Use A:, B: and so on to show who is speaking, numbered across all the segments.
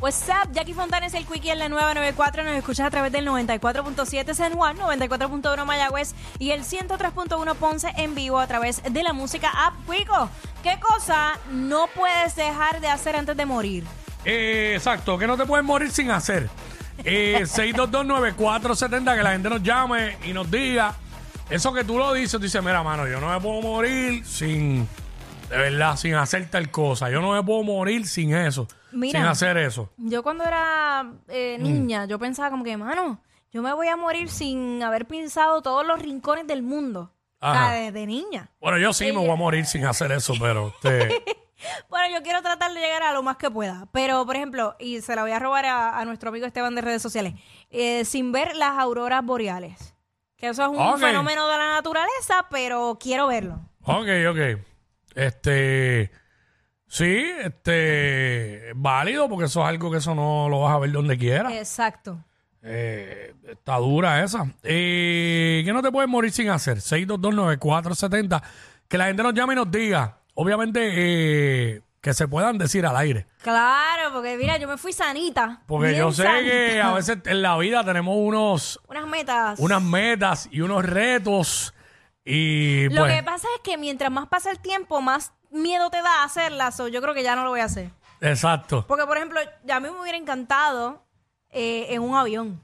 A: What's up, Jackie Fontanes, el Quickie en la nueva 94. Nos escuchas a través del 94.7 San Juan, 94.1 Mayagüez y el 103.1 Ponce en vivo a través de la música app Quico. ¿Qué cosa no puedes dejar de hacer antes de morir?
B: Eh, exacto, que no te puedes morir sin hacer. Eh, 6229470, que la gente nos llame y nos diga. Eso que tú lo dices, tú dices, mira, mano, yo no me puedo morir sin, de verdad, sin hacer tal cosa. Yo no me puedo morir sin eso.
A: Mira.
B: Sin hacer eso.
A: Yo cuando era eh, niña, yo pensaba como que, mano, yo me voy a morir sin haber pinzado todos los rincones del mundo. O sea,
B: Ajá.
A: de, de niña.
B: Bueno, yo sí me voy a morir sin hacer eso, pero este,
A: Bueno, yo quiero tratar de llegar a lo más que pueda. Pero, por ejemplo, y se la voy a robar a, a nuestro amigo Esteban de redes sociales, eh, sin ver las auroras boreales. Que eso es un
B: Ok.
A: fenómeno de la naturaleza, pero quiero verlo.
B: Ok, ok. Este. Sí, este. es Válido, porque eso es algo que eso no lo vas a ver donde quieras.
A: Exacto.
B: Eh, está dura esa. Eh, ¿Qué no te puedes morir sin hacer? 6229470. Que la gente nos llame y nos diga. Obviamente, eh, que se puedan decir al aire.
A: Claro, porque mira, yo me fui sanita.
B: Porque
A: bien
B: yo sé que
A: sanita.
B: a veces en la vida tenemos unos,
A: Unas metas.
B: unas metas y unos retos. Y
A: Lo
B: pues,
A: que pasa es que mientras más pasa el tiempo, más miedo te da hacerlas. O yo creo que ya no lo voy a hacer.
B: exacto.
A: Porque, por ejemplo, ya a mí me hubiera encantado eh, en un avión.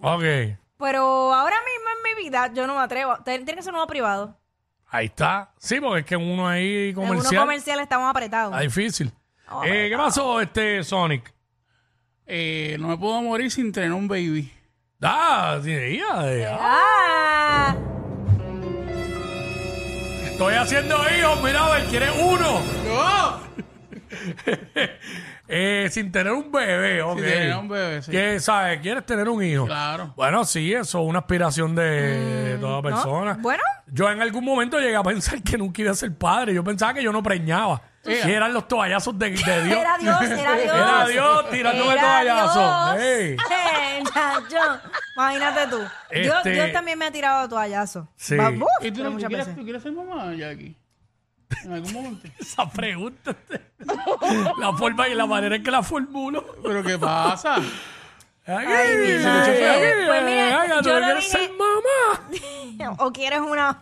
B: Ok.
A: Pero ahora mismo en mi vida yo no me atrevo. Te- Tiene que ser uno privado.
B: Ahí está. Sí, porque es que uno ahí
A: En uno
B: comercial.
A: comercial Oh, estamos apretados.
B: Está difícil.
A: Vamos a
B: Eh, ¿Qué pasó, este Sonic?
C: Eh, no me puedo morir sin tener un baby.
B: Ah, tiene hija, eh,
A: ¡Ah!
B: ah. Estoy haciendo hijos, mira, él quiere uno. Eh, sin tener un bebé, ok.
C: tener un bebé, sí.
B: ¿Qué, sabes? ¿Quieres tener un hijo?
C: Claro.
B: Bueno, sí, eso es una aspiración de toda
A: Mm, ¿no?
B: persona.
A: Bueno.
B: Yo en algún momento llegué a pensar que nunca iba a ser padre. Yo pensaba que yo no preñaba. Y eran los toallazos de, de Dios.
A: Era Dios, era Dios.
B: Era Dios tirándome
A: Era
B: toallazo.
A: Dios.
B: Ey.
A: Eh, chacho. Imagínate tú. Dios,
B: Este-
A: Dios también me ha tirado toallazo.
B: Sí.
A: Va- uf,
C: ¿Y tú,
A: pero
C: no-
A: muchas
C: quieres,
A: veces.
C: tú quieres ser mamá, Jackie? En algún momento.
B: Esa pregunta. la forma y la manera en que la formulo.
C: ¿Pero qué pasa?
B: Ay,
A: mi
B: ay,
A: madre.
B: ay,
A: Pues mira,
B: ay,
A: yo
B: tú
A: lo
B: quieres
A: dije-
B: ser mamá.
A: O quieres una.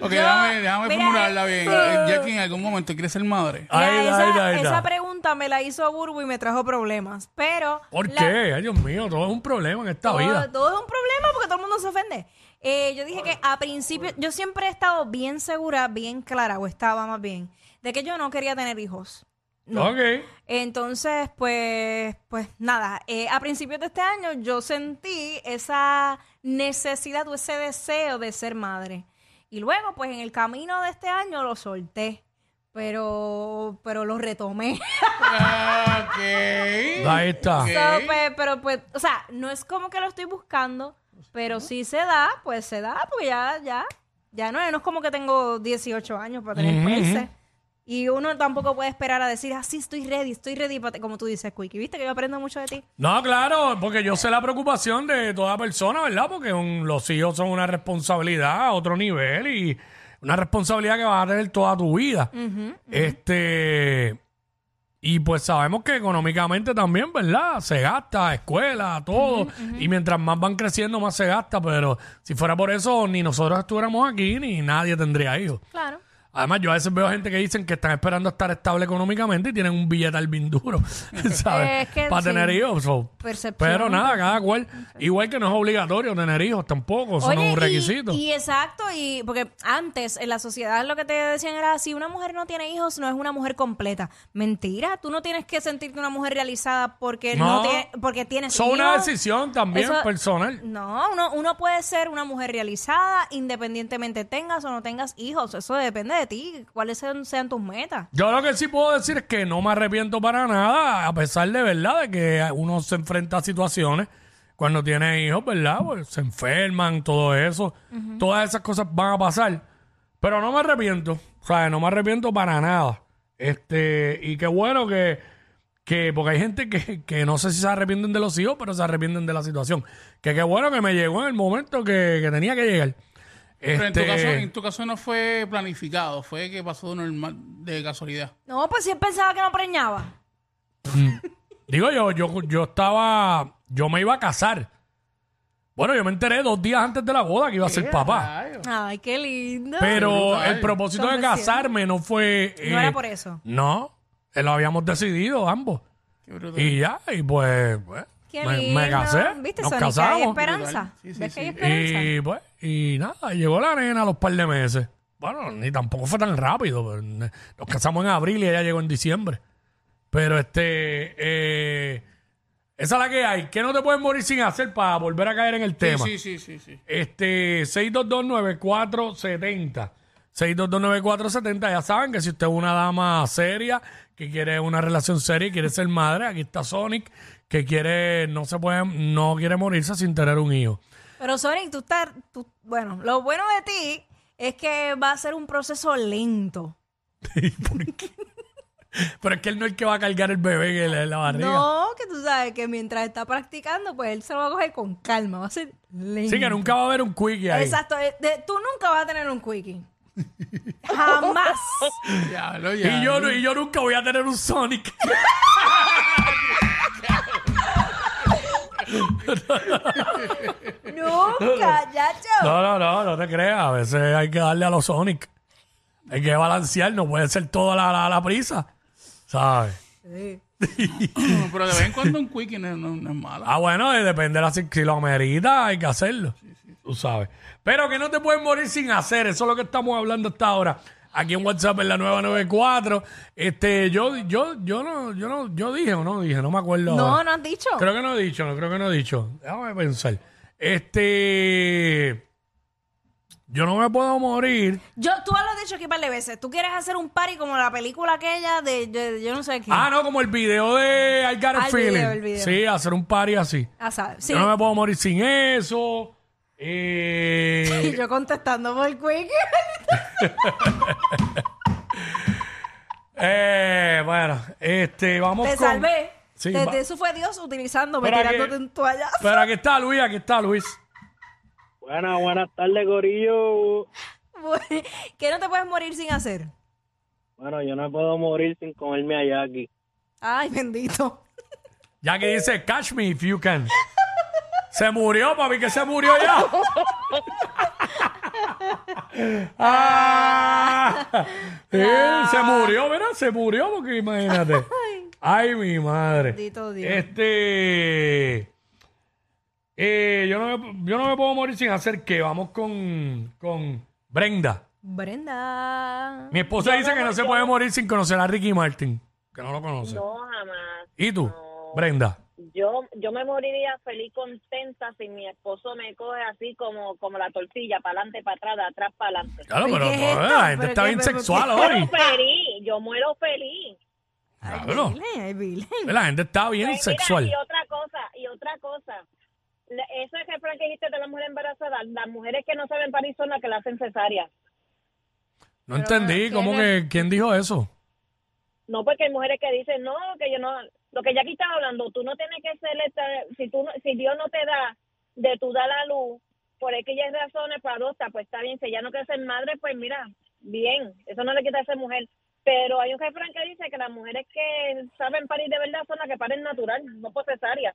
C: Ok,
A: Yo-
C: déjame,
A: mira,
C: déjame
A: este
C: formularla bien. Eh, Jackie, en algún momento quieres ser madre.
B: Ahí
A: Mira,
B: está,
A: esa,
B: ahí está, ahí está.
A: esa pregunta me la hizo Burbu y me trajo problemas. Pero.
B: ¿Por
A: la-
B: qué? Ay, Dios mío, todo es un problema en esta
A: todo,
B: vida.
A: todo es un problema porque todo el mundo se ofende. Eh, yo dije que a principio, yo siempre he estado bien segura, bien clara, o estaba más bien, de que yo no quería tener hijos. No.
B: Ok.
A: Entonces, pues, pues nada, eh, a principios de este año yo sentí esa necesidad o ese deseo de ser madre. Y luego, pues en el camino de este año lo solté, pero, pero lo retomé.
C: ok.
B: Ahí está.
C: Ok.
A: So, pues, pero pues, o sea, no es como que lo estoy buscando, pero si se da, pues se da, porque ya, ya, ya no, no es como que tengo 18 años para tener
B: Ujú,
A: perse.
B: ujú.
A: Y uno tampoco puede esperar a decir, ah, sí, estoy ready, estoy ready, para te-", como tú dices, Quickie. Viste que yo aprendo mucho de ti.
B: No, claro, porque yo sé la preocupación de toda persona, ¿verdad? Porque un- los hijos son una responsabilidad a otro nivel y una responsabilidad que vas a tener toda tu vida. Este. Y pues sabemos que económicamente también, ¿verdad? Se gasta, escuela, todo. Y mientras más van creciendo, más se gasta. Pero si fuera por eso, ni nosotros estuviéramos aquí, ni nadie tendría hijos.
A: Claro.
B: Además, yo a veces veo gente que dicen que están esperando estar estable económicamente y tienen un billete al bien duro,
A: Eh, es
B: ¿sabes?
A: que
B: Para
A: sí.
B: tener hijos. so.
A: Percepción.
B: Pero nada, cada cual. Igual que no es obligatorio tener hijos tampoco, eso no es un
A: y-
B: requisito.
A: Y, exacto, y porque antes en la sociedad lo que te decían era si una mujer no tiene hijos, no es una mujer completa. Mentira, tú no tienes que sentirte una mujer realizada porque no,
B: No.
A: tiene- porque tienes
B: Son una
A: hijos.
B: decisión también
A: Eso-
B: personal.
A: No, uno, uno puede ser una mujer realizada independientemente tengas o no tengas hijos. Eso depende de ti, cuáles sean, sean tus metas.
B: Yo lo que sí puedo decir es que no me arrepiento para nada, a pesar de verdad de que uno se enfrenta a situaciones cuando tiene hijos, ¿verdad? Pues se enferman, todo eso. Todas esas cosas van a pasar. Pero no me arrepiento, ¿sabes? No me arrepiento para nada. Este, y qué bueno que, que porque hay gente que, que no sé si se arrepienten de los hijos, pero se arrepienten de la situación. Que qué bueno que me llegó en el momento que, que tenía que llegar.
C: Pero en tu,
B: Este,
C: caso, en tu caso no fue planificado, fue que pasó normal, de casualidad.
A: No, pues si él pensaba que no preñaba.
B: Digo yo, yo, yo estaba, yo me iba a casar. Bueno, yo me enteré dos días antes de la boda que iba a ser papá.
C: Rayos.
A: Ay, qué lindo.
B: Pero
C: brutal.
B: el propósito de
A: Convencido.
B: casarme no fue...
A: No
B: eh,
A: era por eso.
B: No, eh, lo habíamos decidido ambos.
C: Qué brutal.
B: Y ya, y pues, pues,
A: Qué
B: me,
A: lindo.
B: me casé,
A: ¿Viste,
B: nos
A: Sónica? Hay
B: casamos.
A: esperanza.
C: Sí, sí,
A: ¿Ves que hay
C: sí.
A: esperanza?
B: Y pues, y nada, llegó la nena a los par de meses. Bueno, ni tampoco fue tan rápido. pero, eh, Nos casamos en abril y ella llegó en diciembre. Pero este, eh, esa es la que hay. ¿Qué no te puedes morir sin hacer para volver a caer en el tema?
C: Sí, sí, sí, sí.
B: Este, 6229470. 6229470. Ya saben que si usted es una dama seria, que quiere una relación seria y quiere ser madre, aquí está Sonic, que quiere, no se puede, no quiere morirse sin tener un hijo.
A: Pero Sonic, tú estás, tú- bueno, lo bueno de ti es que va a ser un proceso lento.
B: ¿Y por qué? Pero es que él no es el que va a cargar el bebé en la, en la barriga.
A: No, que tú sabes que mientras está practicando, pues él se lo va a coger con calma, va a ser lento.
B: Sí, que nunca va a haber un quickie ahí.
A: Exacto, eh, de- tú nunca vas a tener un quickie. Jamás.
C: Diablo,
B: Y
C: diablo.
B: yo, y yo nunca voy a tener un Sonic.
A: nunca, ya, chao.
B: No, no, no, no te creas. A veces hay que darle a los Sonic. Hay que balancear, no puede ser toda la, la, la prisa. ¿Sabes?
A: Sí.
C: No, Pero de vez en cuando un quickie no, no- no es malo.
B: Ah, bueno, eh, depende de la si si lo amerita, hay que hacerlo. Tú sabes. Pero que no te puedes morir sin hacer, eso es lo que estamos hablando hasta ahora. Aquí en WhatsApp en la 994. Este, yo, yo, yo no, yo no, yo dije o no dije, no me acuerdo.
A: No,
B: ahora.
A: no has dicho.
B: Creo que no he dicho, no creo que no he dicho. Déjame pensar. Este, yo no me puedo morir.
A: Yo, tú lo has dicho aquí un par de veces. Tú quieres hacer un party como la película aquella de, de- yo no sé qué.
B: Ah, no, como el video de I Got a
A: Ah, el
B: Feeling.
A: video, el video.
B: Sí, hacer un party así.
A: Ah, ¿sabes? Sí.
B: Yo no me puedo morir sin eso. Eh,
A: Y yo contestando por quickie.
B: eh, bueno, este, vamos
A: Te
B: con...
A: salvé.
B: Sí,
A: Te-
B: va-
A: de eso fue Dios utilizándome,
B: Pero
A: tirándote
B: que-
A: en toallas.
B: Pero aquí está Luis, aquí está Luis.
D: Buenas, buenas tardes, Gorillo.
A: que no te puedes morir sin hacer.
D: Bueno, yo no puedo morir sin comerme a Jackie.
A: Ay, bendito.
B: Ya que dice, catch me if you can. Se murió, papi, que se murió ya. Ah, sí, se murió, mira, se murió porque imagínate. Ay, mi madre.
A: Bendito Dios.
B: Eh. Este. eh, yo, no me, yo no me puedo morir sin hacer que vamos con, con Brenda.
A: Brenda.
B: Mi esposa dice que no se puede morir sin conocer a Ricky Martin, que no lo conoce.
E: No, jamás.
B: ¿Y tú, Brenda?
E: Yo, yo me moriría feliz, contenta si mi esposo me coge así como, como la tortilla, para adelante, para atrás, de atrás, para adelante.
B: Claro,
A: ¿Pero
B: pero
A: qué es
B: todo,
A: esto?
B: la gente
A: ¿Pero
B: está
A: qué?
B: bien
A: ¿Pero
B: sexual
E: Yo muero
B: hoy.
E: feliz, yo muero feliz.
B: Claro,
A: Virgen, ay, Virgen.
B: la gente está bien
E: Pues mira,
B: sexual.
E: y otra cosa, y otra cosa. La- Eso es que Frank dijiste de la mujer embarazada. Las mujeres que no saben parir son las que la hacen cesárea.
B: No entendí,
A: ¿quién
B: ¿cómo que quién dijo eso?
E: No porque hay mujeres que dicen, no, que yo no, lo que ya aquí estás hablando, tú no tienes que ser, esta- si tú no- si Dios no te da de tu da la luz, por aquellas razones para adoptar, pues está bien, si ya no quieres ser madre, pues mira, bien, eso no le quita a ser mujer. Pero hay un refrán que dice que las mujeres que saben parir de verdad son las que paren natural, no por cesárea.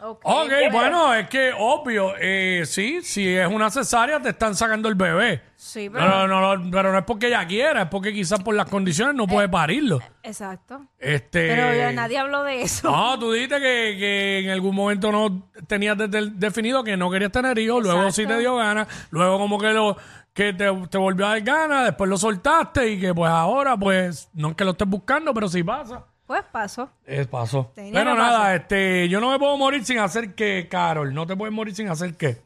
A: Ok.
B: Ok, bueno, es que obvio, eh, sí, si es una cesárea te están sacando el bebé.
A: Sí, pero.
B: Pero no, no- pero no es porque ella quiera, es porque quizás por las condiciones no puede parirlo.
A: Exacto.
B: Este,
A: Pero ya nadie habló de eso.
B: No, tú dijiste que, que en algún momento no tenías de- de- definido que no querías tener hijos, luego sí te dio ganas, luego como que lo que te, te volvió a dar ganas, después lo soltaste y que pues ahora pues no es que lo estés buscando, pero sí pasa.
A: Pues pasó.
B: Es pasó.
A: Tenía
B: Pero
A: que
B: nada,
A: pasar.
B: este, yo no me puedo morir sin hacer que, Carol, no te puedes morir sin hacer qué.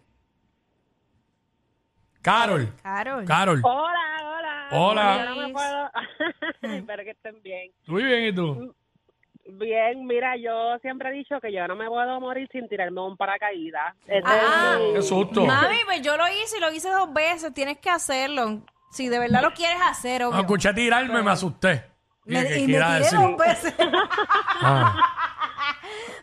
B: Carol,
A: Carol.
B: Carol,
E: Oh. Hola, hola.
B: Hola.
E: Yo no me puedo- Espero que estén bien.
B: muy bien, ¿y tú?
F: Bien, mira, yo siempre he dicho que yo no me puedo morir sin tirarme un paracaídas. Ese
A: Ah.
F: es mi-
B: Qué susto.
A: Mami, pues yo lo hice y lo hice dos veces. Tienes que hacerlo. Si de verdad lo quieres hacer,
B: No,
A: obvio.
B: escuché tirarme, me asusté.
A: Me-
B: Dije, ¿qué
A: y me
B: Ah, quiera
A: tiré
B: decir?
A: dos veces.
B: Ah,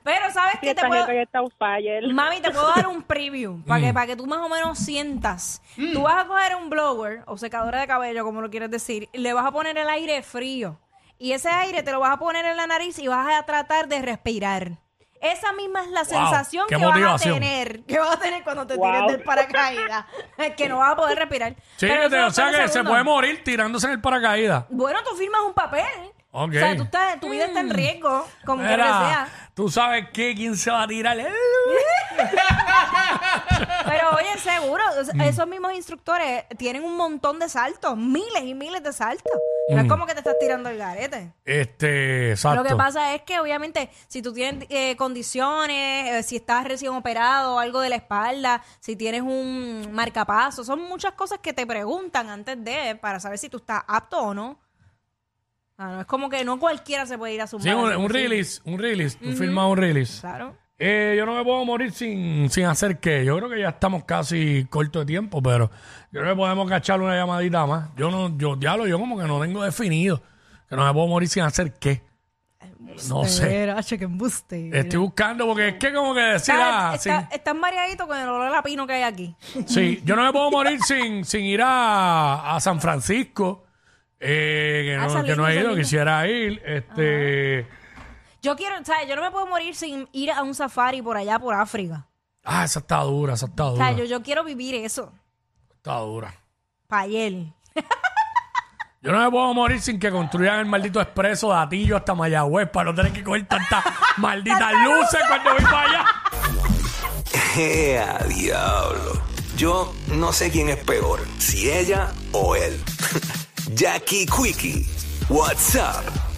A: Pero ¿sabes
F: Si
A: qué? Te
F: esta
A: puedo...
F: gente ya está on fire.
A: Mami, te puedo dar un preview para
B: Mm.
A: que, para que tú más o menos sientas. Tú vas a coger un blower o secadora de cabello, como lo quieres decir, y le vas a poner el aire frío. Y ese aire te lo vas a poner en la nariz y vas a tratar de respirar. Esa misma es la sensación
B: qué
A: que vas a
B: motivación.
A: tener, que vas a tener cuando te tires
F: Wow.
A: del paracaídas, que no vas a poder respirar.
B: sí,
A: Pero
B: que te-
A: eso
B: o sea
A: fue
B: que
A: lo
B: se
A: segundo.
B: puede morir tirándose en el paracaídas.
A: Bueno, tú firmas un papel.
B: Ok.
A: O
B: Mm.
A: sea, tú estás- tu vida está en riesgo, como quiera que sea.
B: Mira, tú sabes qué, quién se va a tirar. Eh,
A: Pero oye, seguro, o
B: Mm.
A: sea, esos mismos instructores tienen un montón de saltos, miles y miles de saltos. No es como que te estás tirando el garete.
B: Este, Mm. exacto.
A: Lo que pasa es que obviamente si tú tienes eh, condiciones, eh, si estás recién operado, algo de la espalda, si tienes un marcapaso, son muchas cosas que te preguntan antes de para saber si tú estás apto o no. Ah, no es como que no cualquiera se puede ir a su
B: sí, un, un release, un release. Tú firmas un release.
A: Claro.
B: Eh, yo no me puedo morir sin, sin hacer qué. Yo creo que ya estamos casi corto de tiempo, pero yo creo que podemos cachar una llamadita más. Yo no, yo diablo, yo como que no tengo definido que no me puedo morir sin hacer qué. No sé.
A: que embuste.
B: Estoy buscando porque es que como que decir, ah,
A: Estás está, estás mareadito con el olor a la pino que hay aquí.
B: sin- sí, yo no me puedo morir sin, sin ir a, a San Francisco. eh, que,
A: Ah,
B: no,
A: salí,
B: que no he
A: salí.
B: ido, quisiera ir. Este,
A: Yo quiero, ¿sabes? Yo no me puedo morir sin ir a un safari por allá, por África.
B: ah, esa está dura, esa está
A: O
B: dura.
A: sea, yo, yo quiero vivir eso.
B: Está dura.
A: Para ayer.
B: Yo no me puedo morir sin que construyan el maldito expreso de Atillo hasta Mayagüez para no tener que coger tantas malditas luces cuando voy para allá.
G: ¡Ea, diablo! Yo no sé quién es peor, si ella o él. Jackie Quickie, what's up?